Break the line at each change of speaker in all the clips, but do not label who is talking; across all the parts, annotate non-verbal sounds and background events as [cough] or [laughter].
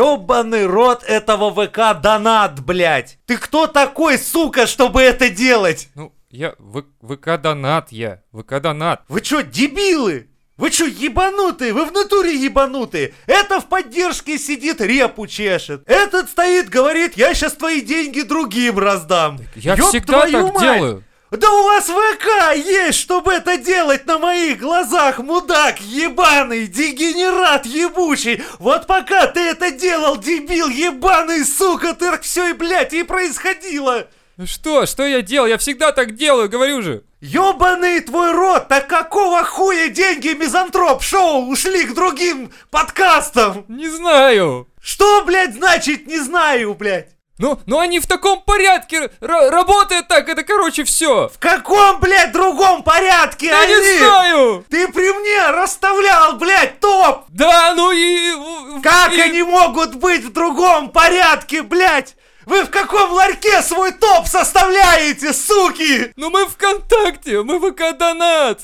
Ёбаный рот этого ВК донат, блядь! Ты кто такой, сука, чтобы это делать?
Ну, я... В- ВК-донат я. ВК-донат.
Вы чё, дебилы? Вы чё, ебанутые? Вы в натуре ебанутые? Это в поддержке сидит, репу чешет. Этот стоит, говорит, я сейчас твои деньги другим раздам.
Я
Ёб
всегда
твою
так
мать!
делаю.
Да у вас ВК есть, чтобы это делать на моих глазах, мудак ебаный, дегенерат ебучий. Вот пока ты это делал, дебил ебаный, сука, ты все и, блядь, и происходило.
Ну Что? Что я делал? Я всегда так делаю, говорю же.
Ёбаный твой рот, так какого хуя деньги мизантроп шоу ушли к другим подкастам?
Не знаю.
Что, блядь, значит, не знаю, блядь.
Ну, ну они в таком порядке ра- работают так, это короче все.
В каком, блядь, другом порядке
Я
они?
не знаю.
Ты при мне расставлял, блядь, топ!
Да, ну и... в-
Как
и-
они могут быть в другом порядке, блядь? Вы в каком ларьке свой топ составляете, суки?
Ну мы ВКонтакте, мы ВК-донат.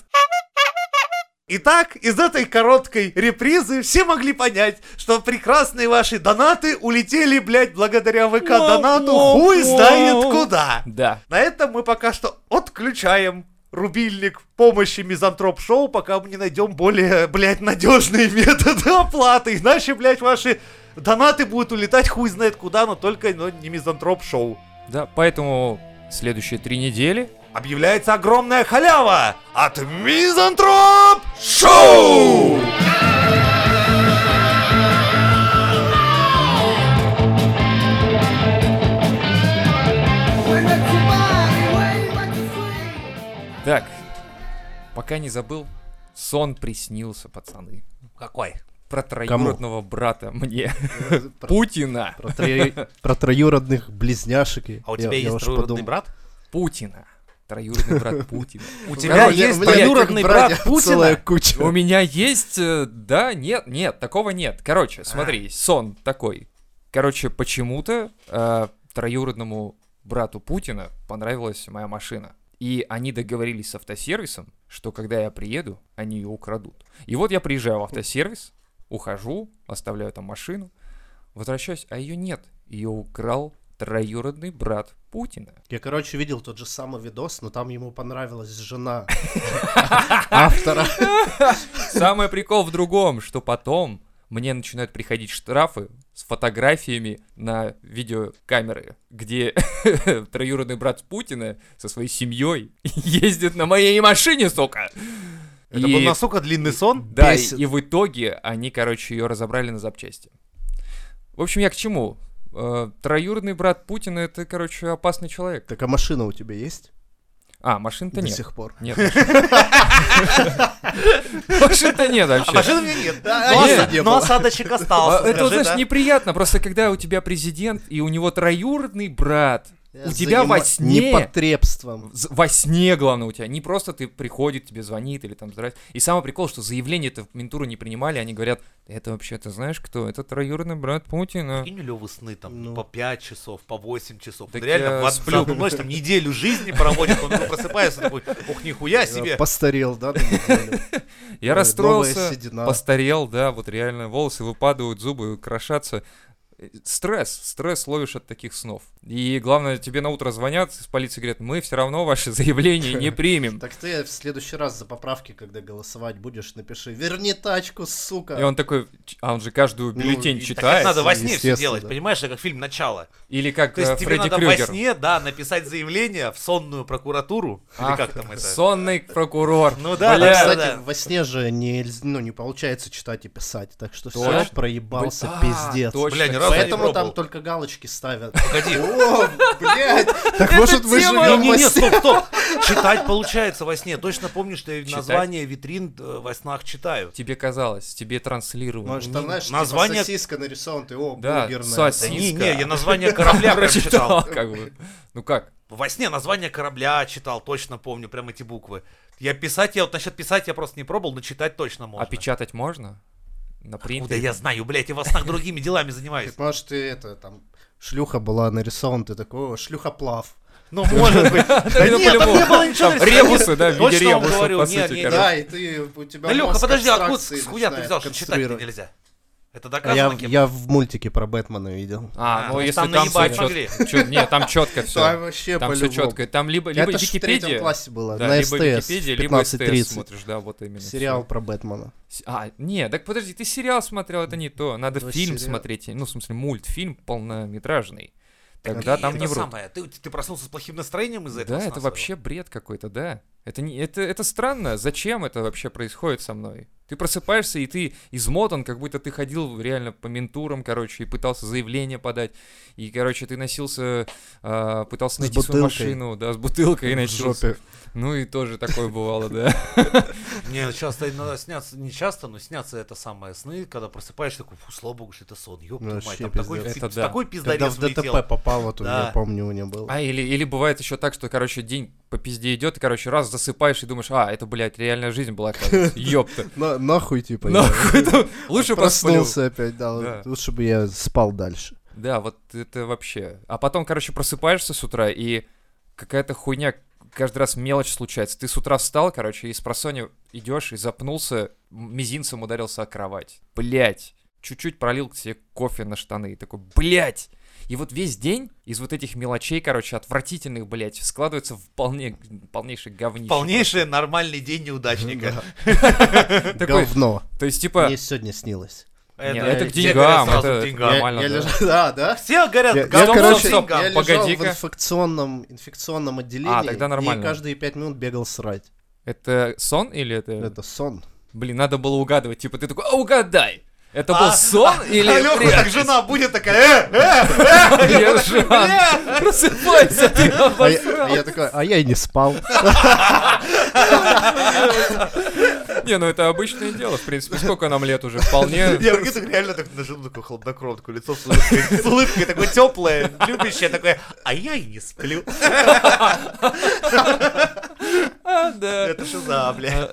Итак, из этой короткой репризы все могли понять, что прекрасные ваши донаты улетели, блядь, благодаря ВК-донату
Вау,
хуй
вау.
знает куда.
Да.
На этом мы пока что отключаем рубильник помощи Мизантроп Шоу, пока мы не найдем более, блядь, надежные методы оплаты. Иначе, блядь, ваши донаты будут улетать хуй знает куда, но только но не Мизантроп Шоу.
Да, поэтому следующие три недели
Объявляется огромная халява от Мизантроп Шоу!
Where did you buy? Where you went to sleep?
Так, пока не забыл, сон приснился, пацаны.
Какой?
Про троюродного брата мне. Путина.
Про, трои- про троюродных близняшек. и
А у
я-
тебя
я
есть
уж
троюродный
подумал.
брат?
Путина. Троюродный брат Путина.
У
Короче, блядь,
троюродный
их братьев Целая куча.
У меня есть... э, Да, нет, нет, такого нет. Короче,
А.
смотри, сон такой. Короче, почему-то э, троюродному брату Путина понравилась моя машина. И они договорились с автосервисом, что когда я приеду, они ее украдут. И вот я приезжаю в автосервис, ухожу, оставляю там машину, возвращаюсь, а ее нет. Ее украл троюродный брат Путина.
Я, короче, видел тот же самый видос, но там ему понравилась жена [laughs] автора.
Самый прикол в другом, что потом мне начинают приходить штрафы с фотографиями на видеокамеры, где [laughs] троюродный брат Путина со своей семьей ездит на моей машине, сука.
Это
И-
был настолько длинный сон?
Да, и,
бесит.
и в итоге они, короче, ее разобрали на запчасти. В общем, я к чему? Э, Троюродный брат Путина это, короче, опасный человек.
Так а машина у тебя есть?
А, машин-то
До
нет.
сих пор.
Нет. машин- [laughs] Машин-то нет вообще.
А машины у меня нет.
а
но,
её
оса-
не
но
было.
осадочек
А,
остался.
Это, вот,
скажи,
знаешь,
да?
неприятно, просто когда у тебя президент и у него троюродный брат, у
Я
тебя во
заним-
сне,
Непотребством.
з- во сне, главное, у тебя, не просто ты приходит, тебе звонит или там здрасте. И самый прикол, что заявление-то в Ментуру не принимали, они говорят, это вообще, ты знаешь кто? Это троюродный брат Путина.
Прикинь, у Лёвы сны там
Ну.
по 5 часов, по 8 часов.
А. Так
он реально
я
в од-
сплю.
за одну ночь там неделю жизни проводит, он просыпается такой, ух, нихуя
Я
себе.
Постарел, да? на [laughs] неделю?
Я
Э,
расстроился,
новая седина.
постарел, да, вот реально, волосы выпадают, зубы крошатся. Э, Стресс, стресс ловишь от таких снов. И главное, тебе на утро звонят с полиции говорят, мы все равно ваше заявление не примем.
Так ты в следующий раз за поправки, когда голосовать будешь, напиши «Верни тачку, сука!»
И он такой, «Ч- а он же каждую
Ну,
бюллетень
Так
и так
это
читает.
надо во сне все
Естественно,
делать,
да.
понимаешь, это как фильм «Начало».
Или как
То есть
э,
тебе
Фредди
надо во
Крюгер.
сне, да, написать заявление в сонную прокуратуру, или
Ах,
как там это?
Сонный прокурор.
Ну да,
А,
Бля,
да,
кстати,
да.
во сне же не, нельз- ну, не получается читать и писать, так что
Точно.
все проебался
А,
пиздец.
точно.
Бля, ни разу не
Поэтому
пробовал.
там только галочки ставят.
Погоди.
О, блядь! Так
Это
может мы
тема-
живем во
Не-не-не,
сне?
стоп, стоп. Читать получается во сне. Точно помню, что я
Читать?
название витрин э, во снах читаю.
Тебе казалось, тебе транслировали.
Может, там, знаешь, типа
название-
сосиска нарисован, ты, о,
Да,
бургерная.
Да
соси-
не,
Сиска.
не,
[laughs]
я название корабля прям читал.
Прочитал, как бы. Ну как?
Во сне название корабля читал, точно помню, прям эти буквы. Я писать, я вот насчет писать я просто не пробовал, но читать точно можно.
А печатать можно? На
Откуда
принтере?
я знаю, блядь, я во снах другими делами занимаюсь.
Так, типа, Может, ты это, там, шлюха была нарисована, ты такой, о, шлюхоплав.
Ну, [laughs] может быть. Да
ну,
нет, там
по-любому.
не было ничего.
Там
нарисовано.
ребусы, да, в
Точно
виде
вам
ребусов,
говорю,
по
не,
сути,
не,
короче.
Да, и ты, у тебя
Да, Леха,
мозг
подожди, а откуда
абстракции
с хуя ты
начинает
взял, что читать
конструировать. А
нельзя? Это
Я,
доказано кем?
я в мультике про Бэтмена видел.
А,
А,
ну
то есть
если
там
там всё
наебать
чёт-
могли.
чё- не, там четко
Да,
все.
вообще
Там все
по-любому.
четко. Там либо, либо
Это ж в третьем
Википедия,
классе было,
да,
на
либо
СТС,
Википедия, либо СТС
15.30.
смотришь, да, вот именно. всё.
Сериал про Бэтмена.
С- А, не, так подожди, ты сериал смотрел, это не то. Надо
Да,
фильм
сериал.
смотреть, ну, в смысле, мультфильм полнометражный.
Так
Тогда
и
там
это
не врут.
самое. Ты, ты проснулся с плохим настроением из-за этого?
Да, это
снасового?
вообще бред какой-то, да. Это, не, это, это странно. Зачем это вообще происходит со мной? Ты просыпаешься, и ты измотан, как будто ты ходил реально по ментурам, короче, и пытался заявление подать. И, короче, ты носился, а, пытался
С
найти свою
бутылкой.
машину, да, с бутылкой
В
носился.
жопе.
Ну и тоже такое бывало, да.
Мне часто иногда снятся, не часто, но снятся это самое сны, когда просыпаешься, такой, фу, слава богу, что это сон, ёб твою мать,
Вообще
там такой,
пиздец.
фи-
Это да.
такой
Когда
пиздарец
в ДТП
влетел.
попал, вот у
Да.
меня, помню, у меня был.
А, или, или бывает еще так, что, короче, день по пизде идет, и, короче, раз засыпаешь и думаешь, а, это, блядь, реальная жизнь была, оказывается. ёпта.
На- нахуй, типа. я
Нахуй
[laughs]
там, лучше поспалил.
Проснулся опять, да, вот
Да.
Лучше бы я спал дальше.
Да, вот это вообще. А потом, короче, просыпаешься с утра, и какая-то хуйня, каждый раз мелочь случается. Ты с утра встал, короче, и с просони идешь и запнулся, м- мизинцем ударился о кровать. Блять. Чуть-чуть пролил себе кофе на штаны. И такой, блять. И вот весь день из вот этих мелочей, короче, отвратительных, блять, складывается в вполне, полнейший говнище.
Полнейший нормальный день
Ну
неудачника.
Такой-
Говно.
То есть, типа,
Мне сегодня снилось.
нет,
Это-
это к
все говорят
деньгам,
сразу
это,
к
это
деньгам.
нормально.
Я
да.
лежал- [laughs] Да, А, да.
Все говорят,
Я- я,
говно
короче,
к деньгам.
Я лежал в
погоди-ка.
инфекционном, инфекционном отделении,
А, тогда нормально.
и каждые пять минут бегал срать.
Это сон или
Это сон.
Блин, надо было угадывать. Типа, ты такой, а угадай! Это был
А,
сон или
А Лёха, так
реальность?»
жена будет такая, э, э,
А Я [laughs] такой, «Бля, Просыпайся, ты
А я,
обосрал!»
а я такой, а я и не спал.
Не, ну это обычное дело, в принципе. Сколько нам лет уже?
[laughs]
Вполне.
Я прикинь, так реально так на жену такую холоднокровку, лицо с улыбкой, с улыбкой такое теплое, любящее, такое, а я и не сплю.
А, да.
Это шиза, бля.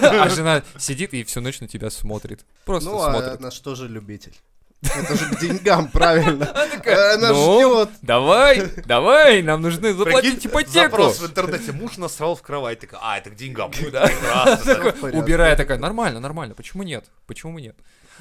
А жена сидит и всю ночь на тебя смотрит. Просто
Ну, а
смотрит.
наш тоже любитель. Это же к деньгам,
[laughs]
правильно. Э,
такая,
Она
«Ну,
ждет.
Давай, давай, нам нужны заплатить
Прикинь,
ипотеку.
запрос в интернете, муж насрал в кровать, такая, а, это к деньгам. Ну,
Да.
прекрасно,
Такой,
порядке.
убирая такая, нормально, нормально, почему нет? Почему нет?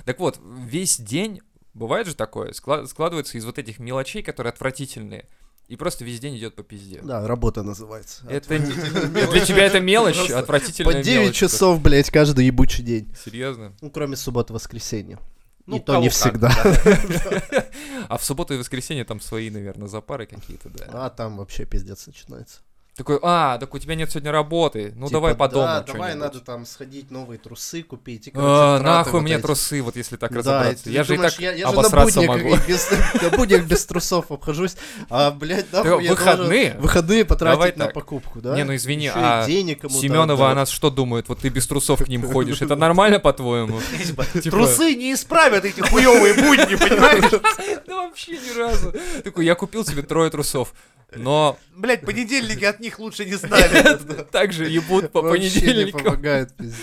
Так вот, весь день, бывает же такое, скла- складывается из вот этих мелочей, которые отвратительные, и просто весь день идет по пизде.
Да, работа называется. [laughs]
Это не- для тебя это мелочь,
Просто
отвратительная
По
мелочь.
9 часов, блядь, каждый ебучий день.
Серьезно.
Ну, кроме суббот-воскресенья.
Ну,
и то
кого
не
как,
всегда.
А в субботу и воскресенье там свои, наверное, запары какие-то, да.
А там вообще пиздец начинается.
Такой, а, так у тебя нет сегодня работы, ну
Типа,
давай по дому
Да, давай
что-нибудь».
надо там сходить, новые трусы купить. И,
А,
короче, траты
нахуй
вот
мне
эти.
трусы, вот если так
Да, и
разобраться.
ты
Я же и
думаешь,
так
я- я же на
обосраться
буднях
могу.
и без- [laughs] На буднях без трусов обхожусь, а, блядь, нахуй я
выходные?
должен Выходные
Давай
потратить на
так.
покупку, да?
Не, ну извини,
Ещё и
а
денег ему
Семенова,
там,
о нас что думает? Вот ты без трусов к ним ходишь. Это нормально,
[laughs]
по-твоему? Типа,
Трусы не исправят эти хуёвые будни, понимаешь?
Да вообще ни разу. Такой, я купил себе трое трусов,
[laughs]
но
Блять, понедельники от них лучше не знали.
также ебут по
Вообще не
понедельникам. [laughs]
помогает, пиздец.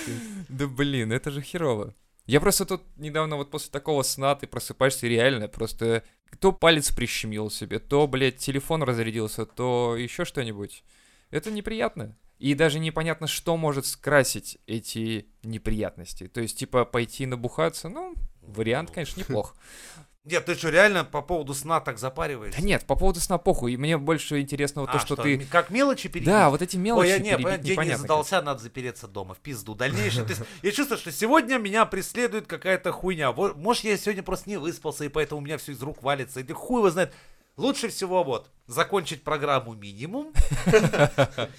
Да блин, это же херово. Я просто тут недавно вот после такого сна ты просыпаешься и реально просто то палец прищемил себе, то, блядь, телефон разрядился, то еще что-нибудь. Это неприятно. И даже непонятно, что может скрасить эти неприятности. То есть, типа, пойти набухаться, ну, вариант,
[laughs]
конечно, неплох.
Нет, ты что, реально по поводу сна так запариваешься?
Да нет, по поводу сна похуй. И мне больше интересно вот
А,
то, что ты...
Как мелочи перейти?
Да, вот эти
Ой,
мелочи
я не,
перебить
понятно, день не
непонятно как.
задался, надо запереться дома, в пизду. Дальнейшее, то есть я чувствую, что сегодня меня преследует какая-то хуйня. Во- Может, я сегодня просто не выспался, и поэтому у меня все из рук валится. И хуй его знает. Лучше всего вот, закончить программу минимум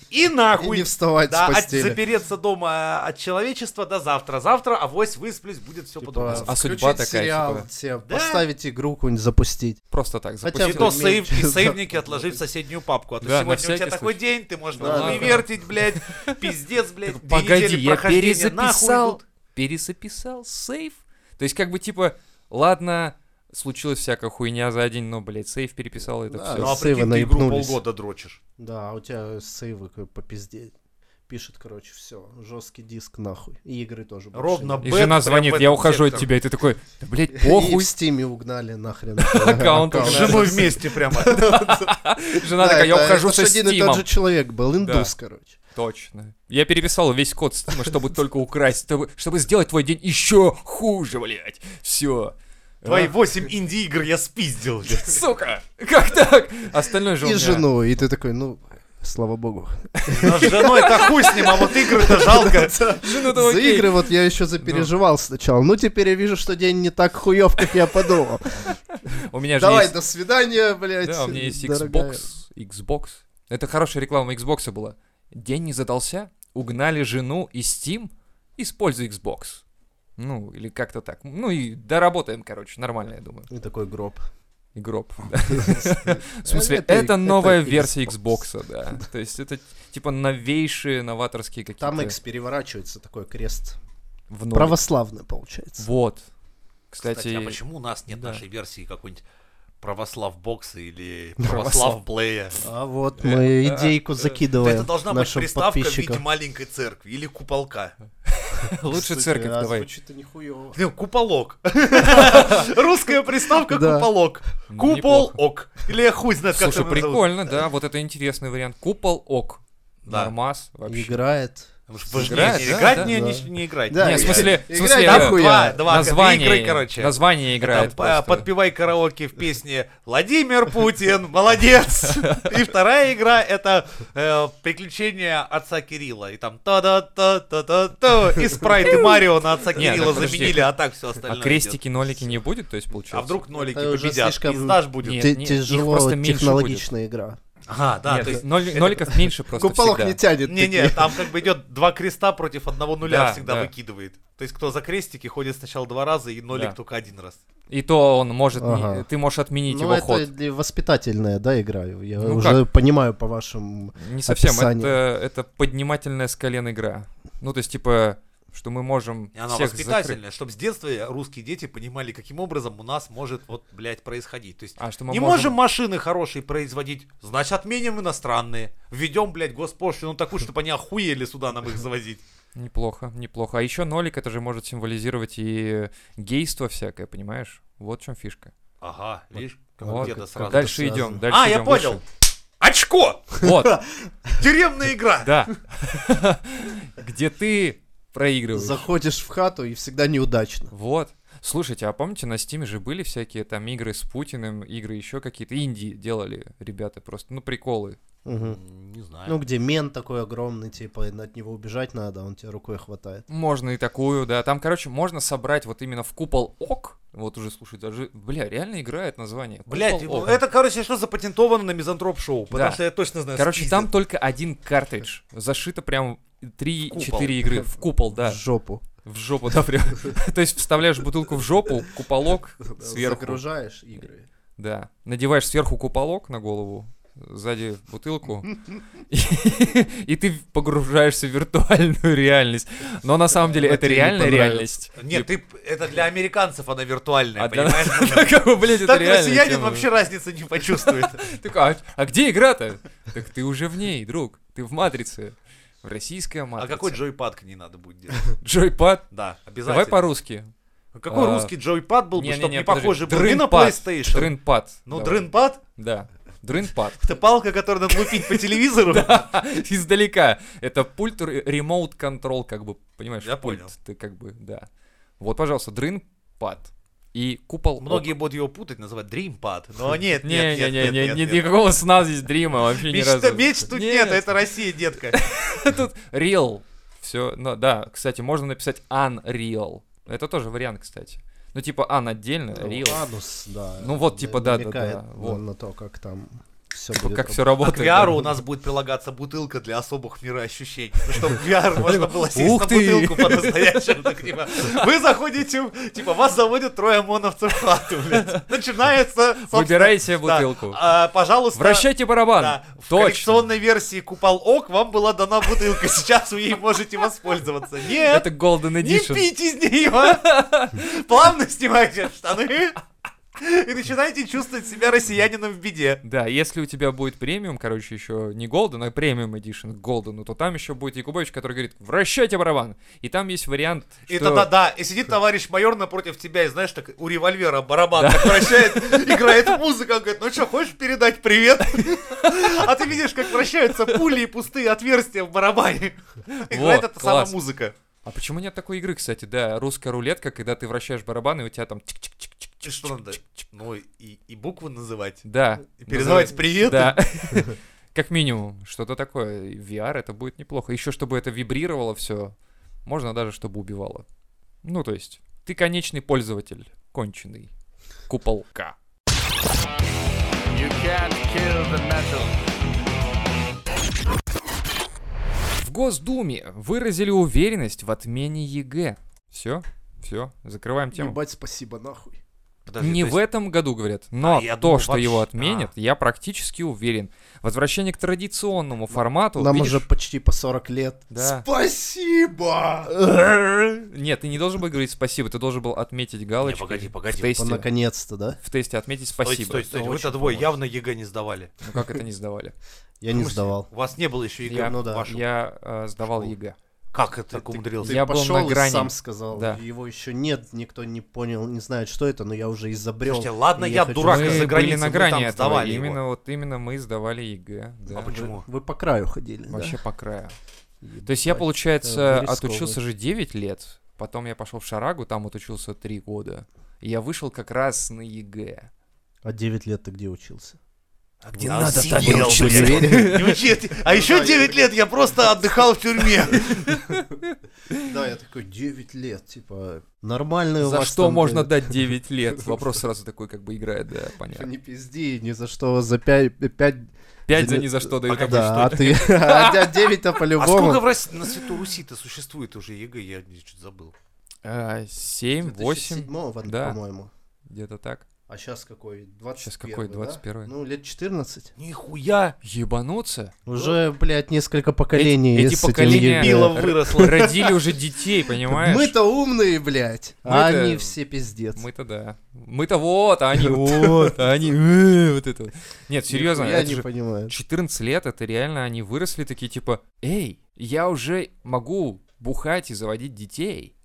и
И
нахуй.
не вставать
Да,
с
от-
постели.
запереться дома а, от человечества до завтра. Завтра авось высплюсь, будет все по-другому.
А судьба
Типа, включить
такая,
сериал
типа.
себе,
Да.
поставить игру какую-нибудь запустить.
Просто так,
Хотя
И
бы-
запустил.
то
Меньше,
сейв, и
да.
сейвники отложить в соседнюю папку. А то
Да, на
сегодня у тебя
всякий
такой
случай.
день, ты можешь
Да,
да,
да.
вертить, блядь, пиздец, блядь. две
Погоди,
недели
я
прохождения нахуй
перезаписал,
идут.
перезаписал сейф. То есть как бы типа, ладно, случилась всякая хуйня за день, но, блядь, сейф переписал и это
Да,
все.
Ну а
Сейвы
прикинь, ты игру
наебнулись.
полгода дрочишь.
Да, а у тебя сейвы как по пизде. Пишет, короче, все. Жесткий диск нахуй. И игры тоже больше
Ровно
нет.
И
Бэт
жена
прям
звонит,
в
я
этом
ухожу от
секторе.
тебя, и ты такой, да, блядь,
И в
похуй.
стиме угнали нахрен.
[laughs] Аккаунт
С
Да.
женой вместе прямо. [laughs]
Жена такая, я
это-
ухожу
это
со
ж один и тот
Стимом.
же человек был, индус, короче.
Точно. Я переписал весь код стима, чтобы только украсть, чтобы, чтобы сделать твой день еще хуже, блядь. Все.
Твои 8 инди-игр я спиздил, блядь.
Сука! Как так? Остальное же у
И
меня-
жену, и ты такой, ну,
[laughs]
слава богу.
Но с женой-то хуй с ним, а вот игры-то
[laughs]
жалко.
Жену-то
За
окей.
игры вот я еще запереживал сначала. Ну, теперь я вижу, что день не так хуев, как
[laughs]
я подумал.
У меня же
Давай,
есть...
до свидания, блядь.
Да, у меня есть
дорогая.
Xbox. Xbox. Это хорошая реклама Xbox была. День не задался, угнали жену и Steam, используй Xbox. Ну, или как-то так. Ну и доработаем, короче, нормально, я думаю.
И такой гроб. [laughs]
Игроб. да. В смысле,
Это-
это
это
новая версия
Xbox.
Xbox,
[laughs]
да. То есть это типа новейшие новаторские какие-то...
Там X переворачивается, такой крест.
в ноль.
Православный, получается.
Ну, Вот.
Кстати, а
Кстати,
почему у нас нет
да.
нашей версии какой-нибудь православ бокса или православ плея?
А вот мы идейку закидываем
Это должна быть
нашим
приставка в виде
подписчикам.
маленькой церкви или куполка.
лучше церковь
а
давай.
Блин,
[laughs]
Куполок. Русская приставка
Да.
куполок.
Ну,
Купол
Неплохо.
ок. Или я хуй знает, как
Слушай,
там это зовут.
прикольно, да, вот это интересный вариант. Купол ок.
Да.
Нормас вообще.
Играет.
Потому что важнее
Играет,
не
да,
играть,
да,
не-
да.
не не играть.
Да,
Не, в
играть.
смысле, в
Играет
смысле,
там
э,
хуй,
Два,
э,
два
название,
игры, короче.
название
Там,
играет
а,
просто.
подпевай караоке в песне Владимир Путин,
[laughs]
молодец. И вторая игра это э, приключения отца Кирилла. И там та да та та та та И спрайты Марио на отца
Не,
Кирилла
так подожди.
заменили, а так все остальное.
А
идет.
крестики, нолики не будет, то есть получается?
А вдруг нолики
Это уже
победят?
слишком-
И стаж будет.
Нет,
Те-
нет, их
Тяжело
просто меньше
технологичная игра.
Ага, да,
Нет,
то есть.
ноль- ноликов меньше просто
Куполок
всегда.
не тянет.
Не-не,
такие.
[laughs]
там как бы идет два креста против одного нуля
Да,
всегда
да.
выкидывает. То есть кто за крестики ходит сначала два раза и нолик
Да.
только один раз.
И то он может, не-
Ага.
ты можешь отменить
Ну,
его
это
ход.
для- воспитательная, да, игра. Я
Ну,
уже понимаю по вашим...
Не совсем,
описание.
это, это поднимательная с колен игра. Ну, то есть, типа, что мы можем
И она
всех закрыть.
воспитательная, чтобы с детства русские дети понимали, каким образом у нас может вот, блядь, происходить. То есть
А что мы
не можем... машины хорошие производить, значит отменим иностранные. Введем, блядь, госпошлину такую, чтобы они охуели сюда нам их завозить.
Неплохо, неплохо. А еще нолик, это же может символизировать и гейство всякое, понимаешь? Вот в чем фишка.
Ага, видишь, как
Вот,
где-то
как-
сразу.
дальше
связано.
идем, дальше
А, я
идем
понял.
выше.
Очко! [laughs]
Вот,
Тюремная игра!
да.
[laughs]
Где ты проигрываешь.
Заходишь в хату и всегда неудачно.
Вот. Слушайте, а помните, на Стиме же были всякие там игры с Путиным, игры еще какие-то. Инди делали ребята просто, ну, приколы.
Мгм.
Не знаю.
Ну, где мент такой огромный, типа, и от него убежать надо, он тебе рукой хватает.
Можно и такую, да. Там, короче, можно собрать вот именно в купол ок. Вот уже, слушай, даже, бля, реально играет название. Купол
Блять,
ок.
это, короче, что запатентовано на мизантроп шоу, потому
Да.
что я точно знаю.
Короче,
спиздят.
там только один картридж. Зашито прям
В купол.
3-4 игры.
[laughs]
В купол,
В
да.
жопу.
В жопу, да, прям. [laughs] То есть вставляешь бутылку в жопу,
[laughs]
куполок сверху.
Загружаешь игры.
Да. Надеваешь сверху куполок на голову, сзади
[laughs]
бутылку, и, и ты погружаешься в виртуальную реальность. Но на самом деле
Вот
это
тебе не
реальная
понравилось.
реальность.
Нет, ты, это для американцев она виртуальная,
А для нас,
понимаешь? [laughs]
[laughs] такого, блядь, это
Так
реальная
россиянин
тема.
вообще разницы не
[laughs]
почувствует.
Такой, а, а где игра-то? Так ты уже в ней, друг. Ты в матрице. В российская
А
матрица.
какой джойпад к ней надо будет
[laughs]
делать?
джойпад?
Да, обязательно.
Давай по-русски.
Какой
А,
русский джойпад был бы,
не-не-не,
чтобы не
подожди.
похожий был и на
Дрынпад.
PlayStation?
Дрынпад.
Ну,
Давай.
дрынпад?
Да. Дрынпад.
Это палка, которую надо лупить по
[laughs]
телевизору?
Издалека. Это пульт ремоут контрол, как бы, понимаешь?
Я
пульт.
понял.
Ты как бы, да. Вот, пожалуйста, дрынпад. И купол...
Многие будут его путать, называть дримпад. Но нет, нет, нет, нет, нет,
Не-не-не,
нет.
никакого сна здесь дрима вообще ни
Мечта-
разу.
Меч тут нет, а это Россия, детка.
Real. Все, ну, да, кстати, можно написать unreal. Это тоже вариант, кстати. Ну, типа, un отдельно,
Ну,
real.
Ну, Анус, да.
Ну вот, типа, да, да, да,
намекает
вот.
на то, как там все
Типа,
будет.
как
раб-
все
А
работает.
к VR
да.
у нас будет прилагаться бутылка для особых мироощущений. Ну, чтобы в VR можно было сесть
Ух
на
ты!
бутылку по-настоящему. так, типа, Вы заходите, в- типа, вас заводят трое ОМОНовцев в хату, блядь. Начинается... собственно,
Выбирайте
да.
бутылку.
А, Пожалуйста...
Вращайте барабан.
да, в
Точно.
коллекционной версии Купол Ок вам была дана бутылка. Сейчас вы ей можете воспользоваться. Нет,
Это Golden
не
Edition.
пейте из нее. Плавно снимайте штаны. И начинаете чувствовать себя россиянином в беде.
Да, если у тебя будет премиум, короче, еще не Golden, а премиум Edition к Golden, то там еще будет Якубович, который говорит «Вращайте барабан!» И там есть вариант,
И
что-
тогда, да, и сидит товарищ майор напротив тебя, и знаешь, так у револьвера барабан так вращает, играет музыка, он говорит, ну что, хочешь передать привет? А ты видишь, как вращаются пули и пустые отверстия в барабане. Играет
Вот,
эта самая
класс.
музыка.
А почему нет такой игры, кстати, да, русская рулетка, когда ты вращаешь барабан, и у тебя там... тик-тик-тик-тик.
И что надо? Ну, и, и буквы называть.
Да.
И передавать привет.
Да. Как минимум, что-то такое. И VR это будет неплохо. Еще чтобы это вибрировало все. Можно даже, чтобы убивало. Ну, то есть, ты конечный пользователь, конченый. Куполка. В Госдуме выразили уверенность в отмене ЕГЭ. Все, все, закрываем тему.
Ебать, спасибо, нахуй.
Подожди,
не
то есть-
в этом году, говорят, но
А, я
то,
думал,
что его
вообще-
отменят, я практически уверен. Возвращение к традиционному формату.
Нам
видишь?
уже почти по 40 лет.
Да.
Спасибо!
[laughs] Нет, ты не должен был говорить спасибо, ты должен был отметить
Не,
галочки.
погоди,
в
погоди.
тесте.
Типа, Наконец-то, да?
В тесте отметить
Стой,
спасибо.
стой, стой.
Это
Вы-то
очень
двое
поможет.
явно ЕГЭ не сдавали.
Ну как это
[laughs]
не сдавали?
Я не сдавал.
У вас не было еще ЕГЭ.
Я-
ну да.
вашего.
Я э, сдавал
Школу.
ЕГЭ.
Как это так умудрился?
Я был
пошел
на
и
грани.
сам сказал.
Да.
Его еще нет, никто не понял, не знает, что это, но я уже изобрел.
Слушайте, ладно,
и
я
хочу
дурак,
знать.
из-за
мы были
границы,
на
мы
грани
там
этого.
сдавали его.
Именно вот именно мы сдавали ЕГЭ. да.
А почему?
Вы по краю ходили, да?
Вообще по краю.
Ебать.
То есть я,
это
получается,
рисково.
отучился же 9 лет, потом я пошел в Шарагу, там отучился 3 года. И я вышел как раз на ЕГЭ.
А 9 лет ты где учился?
А где
надо, там
сидел,
я учусь.
блядь. Не учи- А еще 9 лет я просто отдыхал в [laughs] тюрьме.
Да, я такой, 9 лет, типа, нормальные у
За
вас
что
там,
можно
э,
дать 9 лет? Вопрос сразу такой как бы играет, да,
типа,
понятно.
Не пизди, ни за что, за 5... 5
5 за ни за что дают.
да, а ты... [laughs] А 9-то
А сколько в
по-любому.
России на Святую Руси-то существует уже ЕГЭ? Я не- чуть забыл.
7, 8,
2007-го,
да.
по-моему.
А, где-то так.
А сейчас какой? 21
Сейчас какой,
да?
21-й?
Ну, лет 14.
Нихуя!
Ебануться?
Уже, блядь, несколько поколений
Ну, эти
с этим
поколения
ЕГЭ.
Пила
Р-
[laughs] выросла.
Родили уже детей, понимаешь?
Мы-то умные, блядь, а
Мы-то-
они все пиздец.
Мы-то да. Мы-то вот, а они вот, а они э, вот это. вот. Нет, серьезно,
Я
это
не
же
понимаю.
14 лет, это реально они выросли такие типа, эй, я уже могу бухать и заводить детей.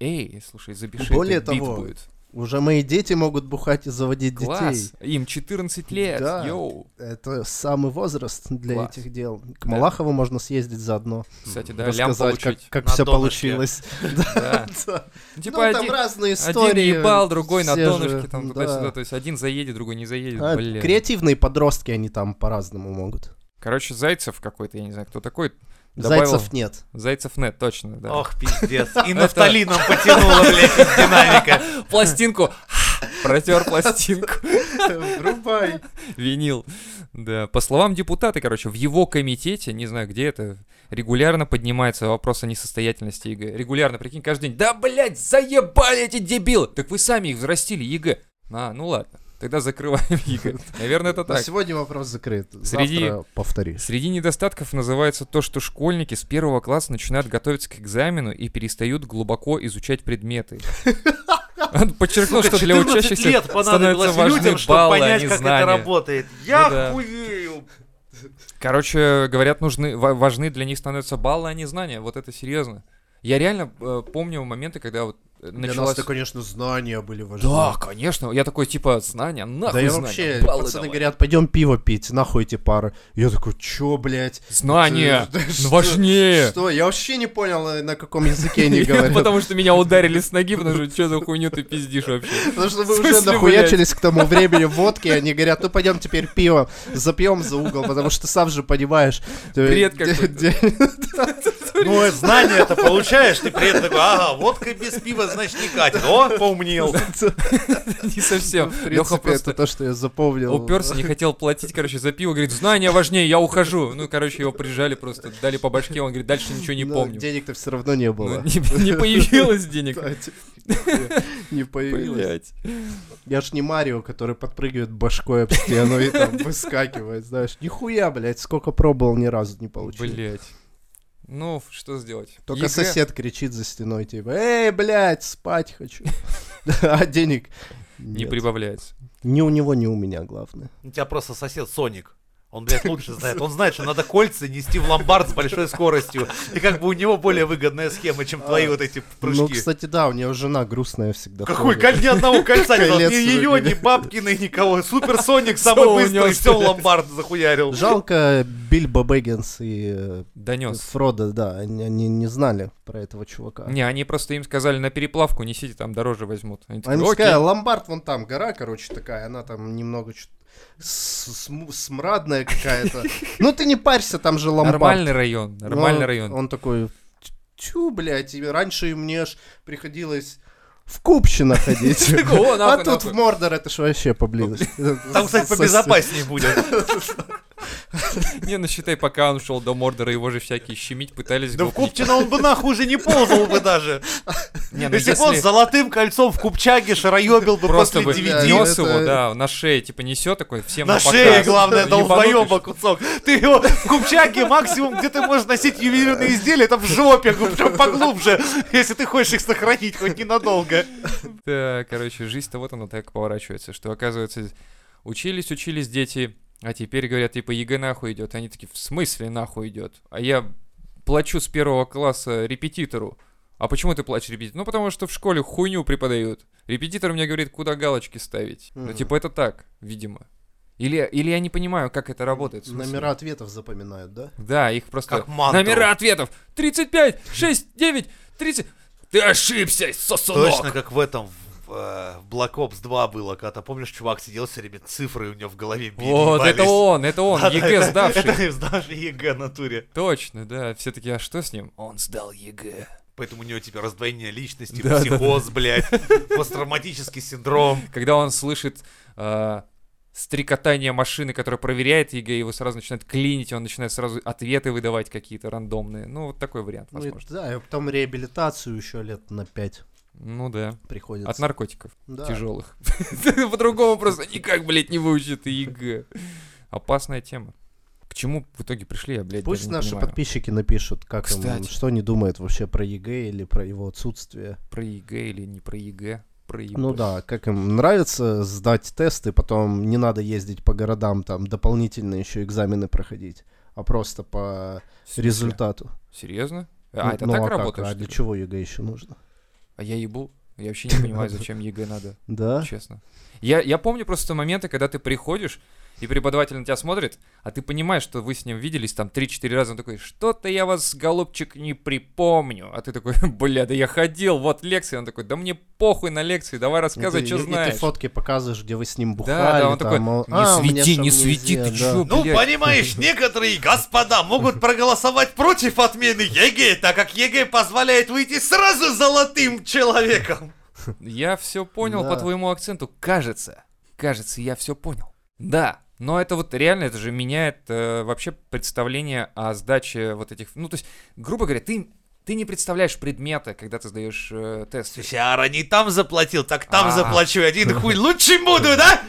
Эй, слушай, запиши,
Более
это бит
того,
будет.
Уже мои дети могут бухать и заводить детей.
Класс, им 14 лет,
Да.
йоу.
Это самый возраст для
Класс.
этих дел. К
Да.
Малахову можно съездить заодно,
Кстати, да, лям
рассказать, как, [laughs]
получить.
как
На
все
донышке.
получилось.
[laughs] Да.
Да.
Ну,
Ну,
Типа
там
один,
разные
один
истории.
ебал, другой на
все же,
донышке, там туда-сюда.
да.
То есть один заедет, другой не заедет,
А,
блин.
Креативные подростки, они там по-разному могут.
Короче, Зайцев какой-то, я не знаю, кто такой. Добавил... [laughs]
Зайцев нет.
Зайцев нет, точно, да.
Ох, пиздец. [laughs] И нафталином потянуло, [laughs] блядь, из динамика.
Пластинку! Протер пластинку.
Врубай.
Винил. Да. По словам депутата, короче, в его комитете, не знаю, где это, регулярно поднимается вопрос о несостоятельности ЕГЭ. Регулярно, прикинь, каждый день. Да, блядь, заебали эти дебилы! Так вы сами их взрастили, ЕГЭ. А, ну ладно. Тогда закрываем
[laughs]
ЕГЭ. Наверное, это
На
Ну так.
сегодня вопрос закрыт.
Среди-
Завтра повторишь.
Среди недостатков называется то, что школьники с первого класса начинают готовиться к экзамену и перестают глубоко изучать
[laughs]
предметы. Он подчеркнул,
Сука,
что для
14
учащихся
лет
становятся
понадобилось
важны
людям, чтобы
баллы, а
понять,
не
как это
знания.
работает. Я
да.
хуею.
Короче, говорят, нужны, ва- важны для них становятся баллы, а не знания. Вот это серьезно. Я реально э, помню моменты, когда вот э,
Для нас
началась...
это, конечно, знания были важны.
Да, конечно. Я такой, типа, знания, нахуй
Да я
знания,
вообще,
баллы
пацаны
давай».
говорят, пойдем пиво пить, нахуй эти пары. Я такой, чё, блядь?
Знания Ну,
Ты- [laughs] что-
важнее.
Что? Я вообще не понял, э, на каком языке
[laughs]
они
Нет,
говорят.
Потому что меня ударили с ноги, потому что что за хуйню ты пиздишь
[laughs]
вообще?
Потому что
В
вы уже
смысле,
нахуячились к тому времени водки, и они говорят, ну пойдем теперь пиво, запьем за угол, потому что сам же понимаешь. э,
Бред
где-
какой-то.
где-
Ну, это знание это получаешь, ты при этом такой, ага, водка без пива, значит, не катит. О, поумнел.
Не совсем.
Ну, В
Леха
принципе, это
просто
то, что я запомнил.
уперся, не хотел платить, короче, за пиво. Говорит, знания важнее, я ухожу. Ну, короче, его прижали просто, дали по башке. Он говорит, дальше ничего не
Но
помню.
Денег-то все равно не
Ну,
было.
Не не появилось
[laughs]
денег.
Кстати, нихуя
[laughs]
Не появилось.
Блять.
Я ж не Марио, который подпрыгивает башкой об стену и
[laughs]
там выскакивает, знаешь. Нихуя, блядь, сколько пробовал, ни разу не получил.
Блять. Ну, что сделать?
Только
ЕГЭ-
сосед кричит за стеной, типа, эй, блядь, спать хочу. [laughs] А денег
не
Нет.
прибавляется.
Ни у него, ни у меня, главное.
У тебя просто сосед Соник. Он,
[laughs]
блядь, лучше знает. Он знает, что надо кольца нести в ломбард с большой скоростью. И как бы у него более выгодная схема, чем
А,
твои вот эти прыжки.
Ну, кстати, да, у нее жена грустная всегда.
Какой
ходит.
коль ни одного кольца не дал.
Колец
Ни ее, ни
выгоняет.
Бабкиной, никого. Супер
[laughs]
Соник
Всё
самый
унёс,
быстрый, все в
блядь.
ломбард захуярил.
Жалко Бильбо Бэггинс и э,
Ну,
Донес.
Фродо, да, они, они не знали про этого чувака.
Не, они просто им сказали на переплавку несите, там дороже возьмут. Они такие,
Они
«Окей».
такая, ломбард вон там, гора, короче, такая, она там немного чё- с- см-
[laughs]
смрадная какая-то. Ну ты не парься, там же ломбард.
Нормальный район,
Ну,
нормальный
Он-
район.
Он такой, тю, блядь, и раньше мне ж приходилось в Купчино ходить.
[laughs] Такой, [laughs]
[laughs]
«О,
А
нахуй,
тут
нахуй».
в Мордор это ж вообще поблизости.
Там, кстати, побезопаснее будет.
[laughs] Не, ну считай, пока он шел до Мордора, его же всякие щемить пытались.
Да в
глупить.
Купчино он бы нахуй уже не ползал бы даже.
Не, ну
Если бы он с
если
золотым кольцом в Купчаге шароебил бы
просто
после
бы
DVD.
девяти.
нес его,
Это-
да, на шее, типа несет такой, всем
На
показ.
шее,
[laughs]
главное, это
Ебанутый,
долбоеба кусок. Ты его в Купчаге максимум, где ты можешь носить ювелирные изделия, это в жопе, ну, прям поглубже, если ты хочешь их сохранить хоть ненадолго.
Да, э, короче, жизнь-то вот она так поворачивается, что оказывается, учились, учились дети, а теперь говорят, типа, ЕГЭ нахуй идет. Они такие, в смысле нахуй идет? А я плачу с первого класса репетитору. А почему ты плачешь репетитору? Ну, потому что в школе хуйню преподают. Репетитор мне говорит, куда галочки ставить. Ну,
Мгм.
типа, это так, видимо. Или, или я не понимаю, как это работает. в смысле.
Номера ответов запоминают, да?
Да, их просто...
Как мантру.
Номера ответов. 35, 6, 9, 30... Ты ошибся, сосунок!
Точно как в этом в, э, в Black Ops 2 было, когда помнишь, чувак сидел все время, цифры у него в голове били.
Вот, это он, это он, ЕГЭ сдавший.
Это [laughs] сдавший ЕГЭ натуре.
Точно, да. Все такие, а что с ним? Он сдал ЕГЭ.
Поэтому у него теперь раздвоение личности,
Да, да,
психоз, блядь, посттравматический синдром.
Когда он слышит э, стрекотание машины, которая проверяет ЕГЭ, его сразу начинает клинить, он начинает сразу ответы выдавать какие-то рандомные. Ну, вот такой вариант,
Ну и
возможно.
да, и потом реабилитацию еще лет на пять
Ну да.
приходится.
От наркотиков
Да.
тяжелых. [laughs] По-другому просто никак, блядь, не выучит ЕГЭ. Опасная тема. К чему в итоге пришли, я, блядь,
Пусть
даже не
наши
понимаю.
подписчики напишут, как им,
Кстати.
что они думают вообще про ЕГЭ или про его отсутствие.
Про ЕГЭ или не про ЕГЭ? Про ЕГЭ.
Ну да, как им нравится сдать тесты, потом не надо ездить по городам, там дополнительно еще экзамены проходить, а просто по
В смысле?
результату.
Серьезно? А,
Ну,
это
ну,
так
а как?
работает?
А
что
для
ли?
чего ЕГЭ еще нужно?
А я ебу. Я вообще не понимаю, зачем ЕГЭ надо.
Да?
честно. Я, я помню просто моменты, когда ты приходишь, и преподаватель на тебя смотрит, а ты понимаешь, что вы с ним виделись там 3-4 раза, он такой, что-то я вас, голубчик, не припомню. А ты такой, [laughs] бля, да я ходил, вот лекции. Он такой, да мне похуй на лекции, давай рассказывай,
И ты-
что
и- и ты
знаешь.
фотки показываешь, где вы с ним бухали.
Да, да, он такой,
там, он,
не
«А, у меня
свети, не
шамнезия,
свети, ты
да».
чё,
Ну,
блядь?»
понимаешь, некоторые господа могут проголосовать против отмены ЕГЭ, так как ЕГЭ позволяет выйти сразу золотым человеком.
Я все понял
Да.
по твоему акценту. Кажется, кажется, я все понял. Да, но это вот реально, это же меняет э, вообще представление о сдаче вот этих... Ну, то есть, грубо говоря, ты, ты не представляешь предмета, когда ты сдаешь э, тест.
Слушай, а Рани там заплатил, так там
А.
заплачу, один
[laughs]
хуй, лучше буду, да?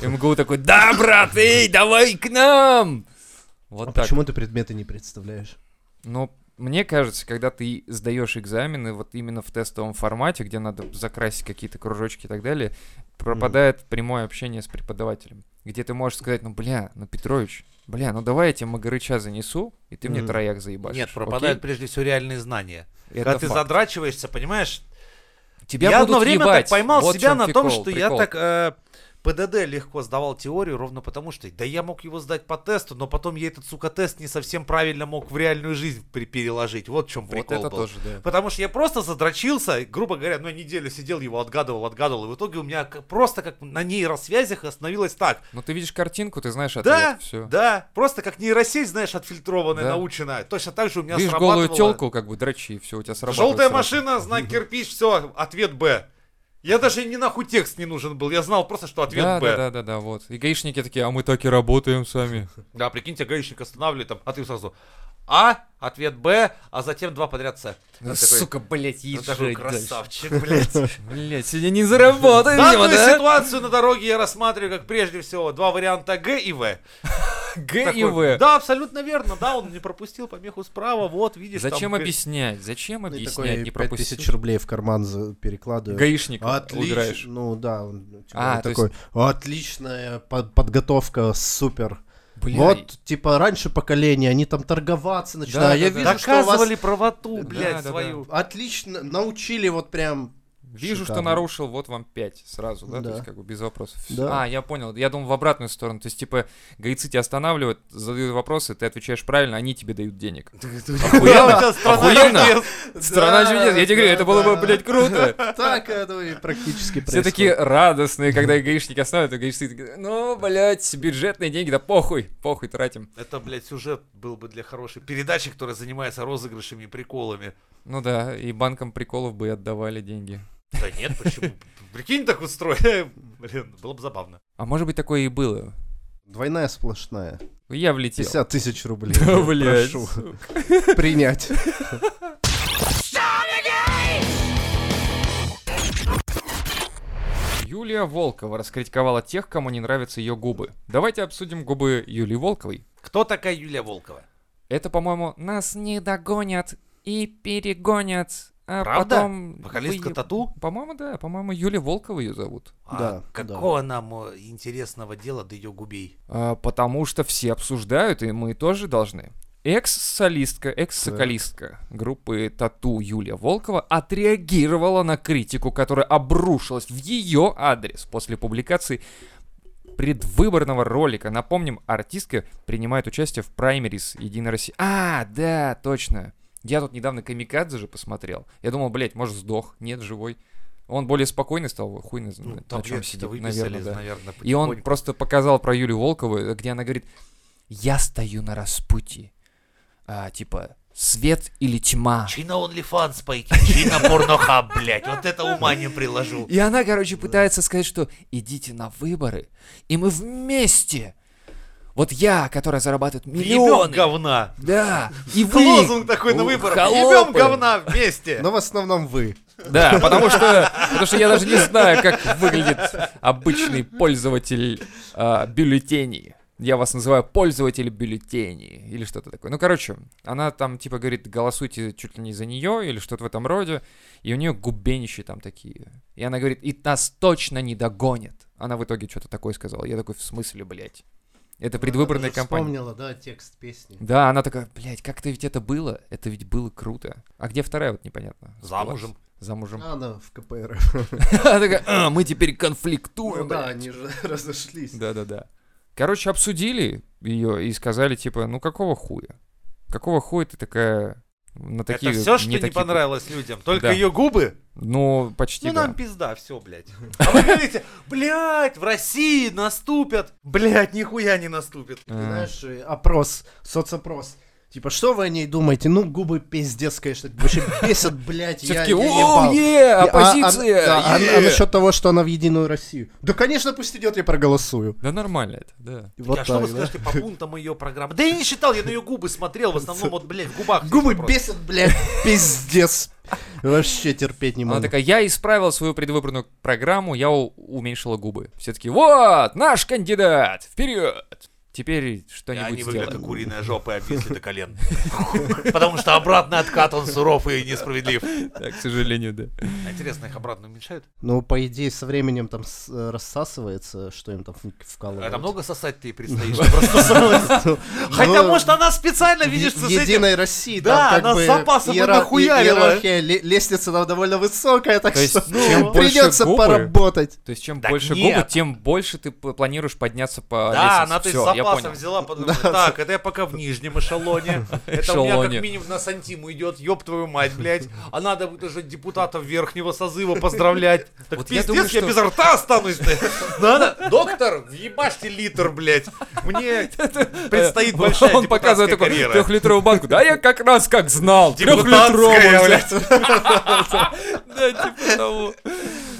МГУ такой, да, брат, эй, давай к нам! Вот
А
так.
почему ты предметы не представляешь?
Но мне кажется, когда ты сдаешь экзамены вот именно в тестовом формате, где надо закрасить какие-то кружочки и так далее, пропадает прямое общение с преподавателем. Где ты можешь сказать, ну, бля, ну, Петрович, бля, ну, давай я тебе магарыча занесу, и ты мне
Мгм.
трояк заебашишь.
Нет, пропадают
окей?
прежде всего реальные знания.
Это
Когда ты
факт.
задрачиваешься, понимаешь?
Тебя
я
будут
одно время
ебать.
так поймал
Вот в
себя
чём
на
прикол,
том, что я
прикол.
так э, ПДД легко сдавал теорию, ровно потому что, да я мог его сдать по тесту, но потом я этот, сука, тест не совсем правильно мог в реальную жизнь при- переложить. Вот в чем
Вот
прикол
это
был.
тоже, да.
Потому что я просто задрочился, и, грубо говоря, ну, я неделю сидел, его отгадывал, отгадывал, и в итоге у меня к- просто как на нейросвязях остановилось так.
Ну, ты видишь картинку, ты знаешь ответ,
Да,
все.
да, просто как нейросеть, знаешь, отфильтрованная,
Да.
наученная. Точно так же у меня
Видишь
срабатывало.
голую телку, как бы дрочи, все, у тебя сработало.
Желтая машина, знак кирпич, все, ответ Б. Я даже не нахуй текст не нужен был, я знал просто, что ответ
Да,
Б.
да, да, да, да, вот. И гаишники такие, а мы так и работаем сами.
Да, прикинь, тебя гаишник останавливает, там, а ты сразу А, ответ Б, а затем два подряд С. Я такой,
Ну, Сука, блядь,
«Ну,
езжай
такой
дальше.
красавчик, блядь. ну,
Блядь, сегодня не заработаем, видимо,
Данную
да?
ситуацию на дороге я рассматриваю как прежде всего два варианта Г и В.
Г и
Такой,
В.
Да, абсолютно верно, да, он не пропустил помеху справа, вот, видишь, там э,
Зачем
г-
объяснять? Зачем
Ну, И
объяснять?
такой
Не
5000
пропустил.
рублей в карман за- перекладываю.
Гаишник Типа, убираешь.
Отлично. Ну да, он, типа,
А,
он
то есть-
такой, отличная по- подготовка, супер.
Блин,
Вот, типа, раньше поколение, они там торговаться начинают.
Да,
а я
да, да.
вижу, что у вас
Доказывали правоту,
Да,
блядь,
да, да.
свою.
отлично научили вот прям...
Вижу, что
Шикарно.
нарушил, вот вам 5 сразу, да? То
Да.
есть как бы без вопросов.
Да.
А, я понял. Я думал в обратную сторону. То есть типа гайцы тебя останавливают, задают вопросы, ты отвечаешь правильно, они тебе
[laughs]
дают денег. Охуенно? Охуенно? [laughs] Страна
Да,
чудес. Я тебе говорю, это было бы,
да.
блядь, круто.
Так, это и
[laughs]
практически
Все
происходит.
такие радостные, когда их гаишники останавливают, а гаишники такие, ну, блядь, бюджетные деньги, да похуй, похуй тратим.
Это, блядь, сюжет был бы для хорошей передачи, которая занимается розыгрышами и приколами.
Ну да, и банкам приколов бы и отдавали деньги.
Да нет, почему? Прикинь, так устроили. [laughs] Блин, было бы забавно.
А может быть такое и было?
Двойная сплошная.
Я влетел.
50 тысяч рублей.
[laughs] Да, блядь,
Прошу
сука.
принять.
[laughs] Юлия Волкова раскритиковала тех, кому не нравятся ее губы. Давайте обсудим губы Юлии Волковой.
Кто такая Юлия Волкова?
Это, по-моему, нас не догонят и перегонят. А
Правда?
потом
Вокалистка
вы-
Тату?
По-моему, да. По-моему, Юлия Волкова ее зовут.
А
Да,
Какого нам э, интересного дела до ее губей?
А, потому что все обсуждают, и мы тоже должны. Экс-солистка, экс-соколистка группы Тату Юлия Волкова отреагировала на критику, которая обрушилась в ее адрес после публикации предвыборного ролика. Напомним, артистка принимает участие в праймерис Единой России. А, да, точно. Я тут недавно Камикадзе же посмотрел. Я думал, блядь, может, сдох. Нет, живой. Он более спокойный стал, хуй на,
Ну,
на
там
чем
версии-то
сидит,
выписали,
наверное, да.
наверное,
И он
потихоньку.
просто показал про Юлю Волкову, где она говорит, я стою на распутье. А, типа, свет или тьма.
Чина OnlyFans пойти, чина порнохаб, блядь, вот это ума не приложу.
И она, короче, пытается сказать, что идите на выборы, и мы вместе. Вот я, которая зарабатывает
Ебем
миллионы.
говна.
Да,
[laughs]
и вы.
Лозунг такой на
у-
выборах.
холопы. Ну,
Ебем говна вместе.
Но в основном вы.
Да, потому что, потому что я даже не знаю, как выглядит обычный пользователь а, бюллетеней. Я вас называю пользователь бюллетеней или что-то такое. Ну, короче, она там типа говорит, голосуйте чуть ли не за нее или что-то в этом роде. И у нее губенищи там такие. И она говорит, и нас точно не догонят. Она в итоге что-то такое сказала. Я такой, в смысле, блядь? Это предвыборная
Она же
кампания.
Вспомнила, да, текст песни.
Да, она такая, блядь, как-то ведь это было? Это ведь было круто. А где вторая, вот непонятно.
Замужем.
Замужем.
А, Она в КПР.
Она такая, «А, мы теперь
Ну
конфликтуем.
да,
блядь».
они же [laughs] разошлись.
Да, да, да. Короче, обсудили ее и сказали, типа, ну какого хуя? Какого хуя ты такая на такие...
Это все, что не
такие-
понравилось людям.
Да.
Только ее губы.
Ну, почти
Ну
да.
нам пизда, все, блядь. А вы говорите, блядь, в России наступят. Блядь, нихуя не наступит.
А,
Ты знаешь, э, опрос, соцопрос. Типа, что вы о ней думаете? Ну, губы пиздец, конечно, вообще бесят, блядь,
все
я,
таки
я
о,
ебал».
е,
И- а-
оппозиция!
а- да, а-
е!»
а насчет того, что она в Единую Россию. Да, конечно, пусть идет, я проголосую.
Да нормально это, да.
И Вот
а что вы
так, да.
скажете по пунктам ее программы? Да я не считал, я на ее губы смотрел, в основном вот, блядь, в губах.
Губы
просто.
бесят, блядь, пиздец. Вообще терпеть не
Она
могу.
такая, я исправила свою предвыборную программу, я у- уменьшила губы. Все таки вот, наш кандидат, вперед! Теперь
И
что-нибудь
Они выглядят как
сделаем.
куриная жопа и обвисли до колен. [laughs] Потому что обратный откат, он суров и несправедлив.
Да, к сожалению,
[laughs]
да.
А Интересно, их обратно уменьшают?
Ну, по идее, со временем там с- э, рассасывается, что им там в- вкалывают.
Это А много сосать ты и предстоишь. Просто Хотя,
[laughs] Ну,
может, она специально,
в
видишь, с этим.
Единой России,
Да,
там как
она
бы
с запасом и
иера-
нахуярила.
иерархия, ле- лестница там довольно высокая, так
То есть,
что
ну, чем больше
придется
губы,
поработать.
То есть чем
Так
больше
нет.
губы, тем больше ты п- планируешь подняться по
Да,
лестнице.
она ты с
А Всё, я
запасом
понял. [laughs]
взяла, потому что так, это я пока в нижнем эшелоне. Это у меня
Эшелоне.
как минимум на сантиму идет, ёб твою мать, блядь. А надо будет уже депутатов верхнего созыва поздравлять. Так
Вот я
пиздец, я,
думаю, что-
без рта останусь.
[laughs]
блядь. Надо, доктор, въебашьте литр, блядь. Мне [laughs] предстоит
Э,
большая
Он показывает
депутатская
такую
карьера.
трехлитровую банку. Да, я как раз как
[laughs]
знал.
Депутатская,
Трехлитровую.
блядь.
[laughs] Да, типа того.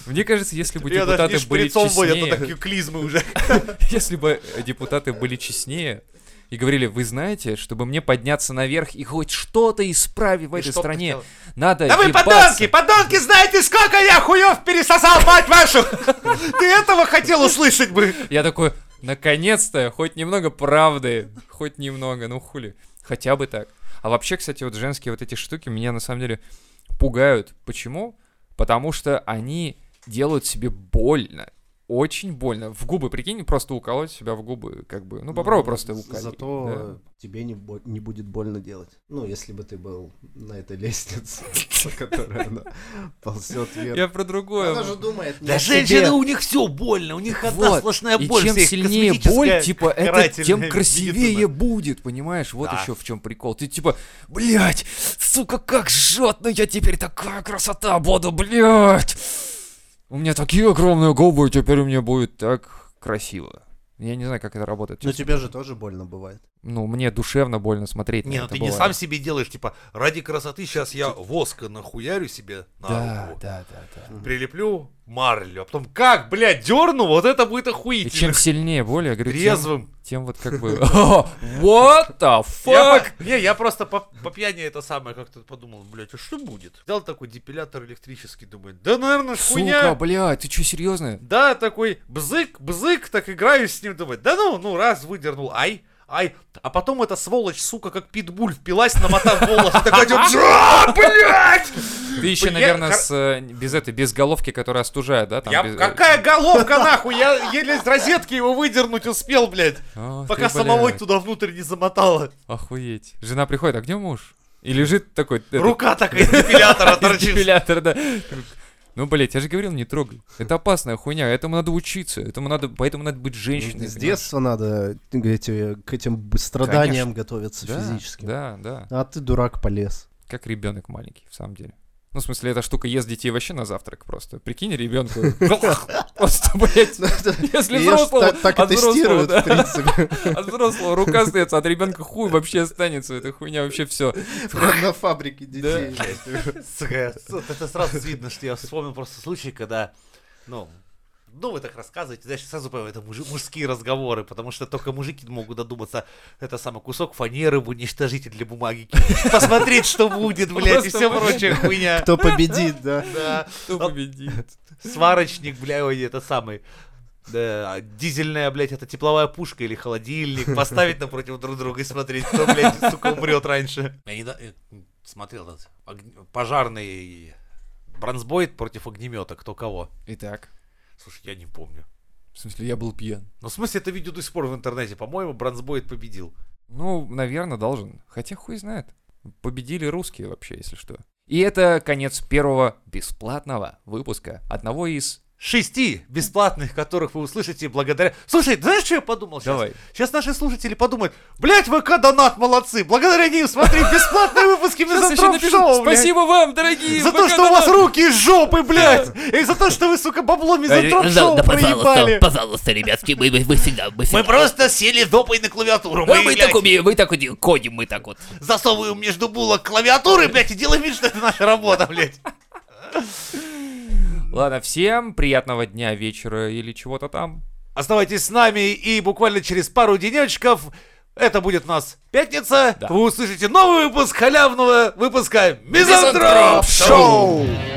Мне кажется, если бы
Я даже не
депутаты были
шприцом будет, а
честнее,
такие клизмы уже.
[laughs] если бы депутаты были честнее и говорили, вы знаете, чтобы мне подняться наверх и хоть что-то исправить в
И
этой
что бы ты
стране,
делал?
надо
Да вы подонки,
ебаться.
подонки, знаете, [laughs] сколько я хуев пересосал, мать вашу! Ты этого хотел услышать бы?
Я такой, Наконец-то, хоть немного правды, хоть немного, ну хули, хотя бы так. А вообще, кстати, вот женские вот эти штуки меня на самом деле пугают. Почему? Потому что они делают себе больно. Очень больно. В губы, прикинь, просто уколоть себя в губы, как бы. Ну, попробуй просто уколоть.
Зато тебе не, бо- не будет больно делать. Ну, если бы ты был на этой лестнице, [laughs] по которой она ползет вверх.
Я про другое.
Она же думает, «Ну, не
Да
о
женщины,
себе.
у них все больно, у них одна
Вот.
сплошная
И
боль.
чем
вся их
сильнее
косметическая
боль, типа, это тем
карательная
красивее
битва.
будет, понимаешь? Вот
Да.
еще в чем прикол. Ты типа, блядь, сука, как жжет, но я теперь такая красота буду, блядь. У меня такие огромные губы, теперь у меня будет так красиво. Я не знаю, как это работает.
Ну,
честно.
типа
тебе же тоже больно бывает.
Ну, мне душевно больно смотреть
Не,
на
ну
это
ты не
бывает.
сам себе делаешь, типа, ради красоты сейчас я воска нахуярю себе на
Да,
руку.
да, да, да.
Прилеплю марлю, а потом как, блядь, дерну, вот это будет
И
охуительно.
чем сильнее боль, я говорю, тем,
Трезвым.
тем вот
[laughs]
как бы... [laughs] What
Я
the fuck?
по- не, я просто по, по пьяни это самое как-то подумал, блядь, а что будет? Взял такой депилятор электрический, думаю, да, наверное,
Сука,
хуйня.
блядь, ты что, серьезно?
Да, такой бзык, бзык, так играю с ним, думаю, да ну, ну, раз выдернул, ай, ай. А потом эта сволочь, сука, как питбуль, впилась, намотав волосы, такой идет, «Жа, блядь!
Ты еще,
Я-
наверное,
кор-
с, э, без этой, без головки, которая остужает, да? там
Я-
без- э,
Какая головка, нахуй, я еле из розетки его выдернуть успел, блядь,
А,
пока
ты,
самого
блядь,
туда внутрь не замотало.
Охуеть. Жена приходит, а где муж? И лежит такой... этот,
Рука такая из депилятора
Э, [laughs] из
торчит.
дефилятора, да. Ну, блядь, я же говорил, не трогай. Это опасная хуйня, этому надо учиться, этому надо, поэтому надо быть женщиной. понимаешь?
С детства надо к эти- к этим б- страданиям готовиться
Да,
физически.
Да, да.
А ты, дурак, полез.
Как ребенок маленький, в самом деле. Ну, в смысле, эта штука ест детей вообще на завтрак просто. Прикинь, ребенку. [laughs] Просто, блядь, [laughs] если
Её ж
взрослого,
так- так и
от взрослого,
тестируют,
да. [laughs]
в принципе.
От взрослого рука остается, от ребенка хуй вообще останется. Эта хуйня вообще все.
Прям на фабрике детей.
Сука, вот это сразу видно, что я вспомнил просто случай, когда, ну, ну, вы так рассказываете, знаешь, сразу понимаю, это мужи- мужские разговоры, потому что только мужики могут додуматься, это самый кусок фанеры в уничтожитель для бумаги, кинуть, посмотреть, что будет, блядь, и
Просто,
все
блядь.
прочая хуйня.
Кто победит, да?
Да,
Кто победит?
сварочник, бля, ой, это самый. Да, а дизельная, блядь, это тепловая пушка или холодильник, поставить напротив друг друга и смотреть, кто, блядь, сука, умрет раньше. Я не до- э, смотрел этот огн- пожарный бронзбойт против огнемета, кто кого.
Итак,
Слушай, я не помню.
в смысле, я был пьян.
Ну, в смысле, это видео до сих пор в интернете. По-моему, бронзбойт победил.
Ну, наверное, должен. Хотя хуй знает. Победили русские вообще, если что. И это конец первого бесплатного выпуска одного из...
Шести бесплатных, которых вы услышите благодаря... Слушай, знаешь, что я подумал сейчас?
Давай.
Сейчас наши слушатели подумают, блядь, ВК-донат молодцы, благодаря ним смотри бесплатные выпуски
Сейчас ещё
Мизантроп
напишут,
Шоу, блядь.
Спасибо вам, дорогие!
За то, что у вас руки из жопы, блядь! И за то, что вы, сука, бабло мизантроп шоу проебали!
пожалуйста, ребятки, мы, мы, мы всегда, мы всегда.
просто сели допой на клавиатуру,
мы, мы так умеем, мы так вот ходим, мы так вот.
засовываем между булок клавиатуры, блядь, и делаем вид, что это наша работа, блядь.
Ладно, всем приятного дня, вечера или чего-то там.
Оставайтесь с нами, и буквально через пару денечков это будет у нас пятница.
Да.
Вы услышите новый выпуск халявного выпуска Мизантроп Шоу!
Мизантроп-шоу!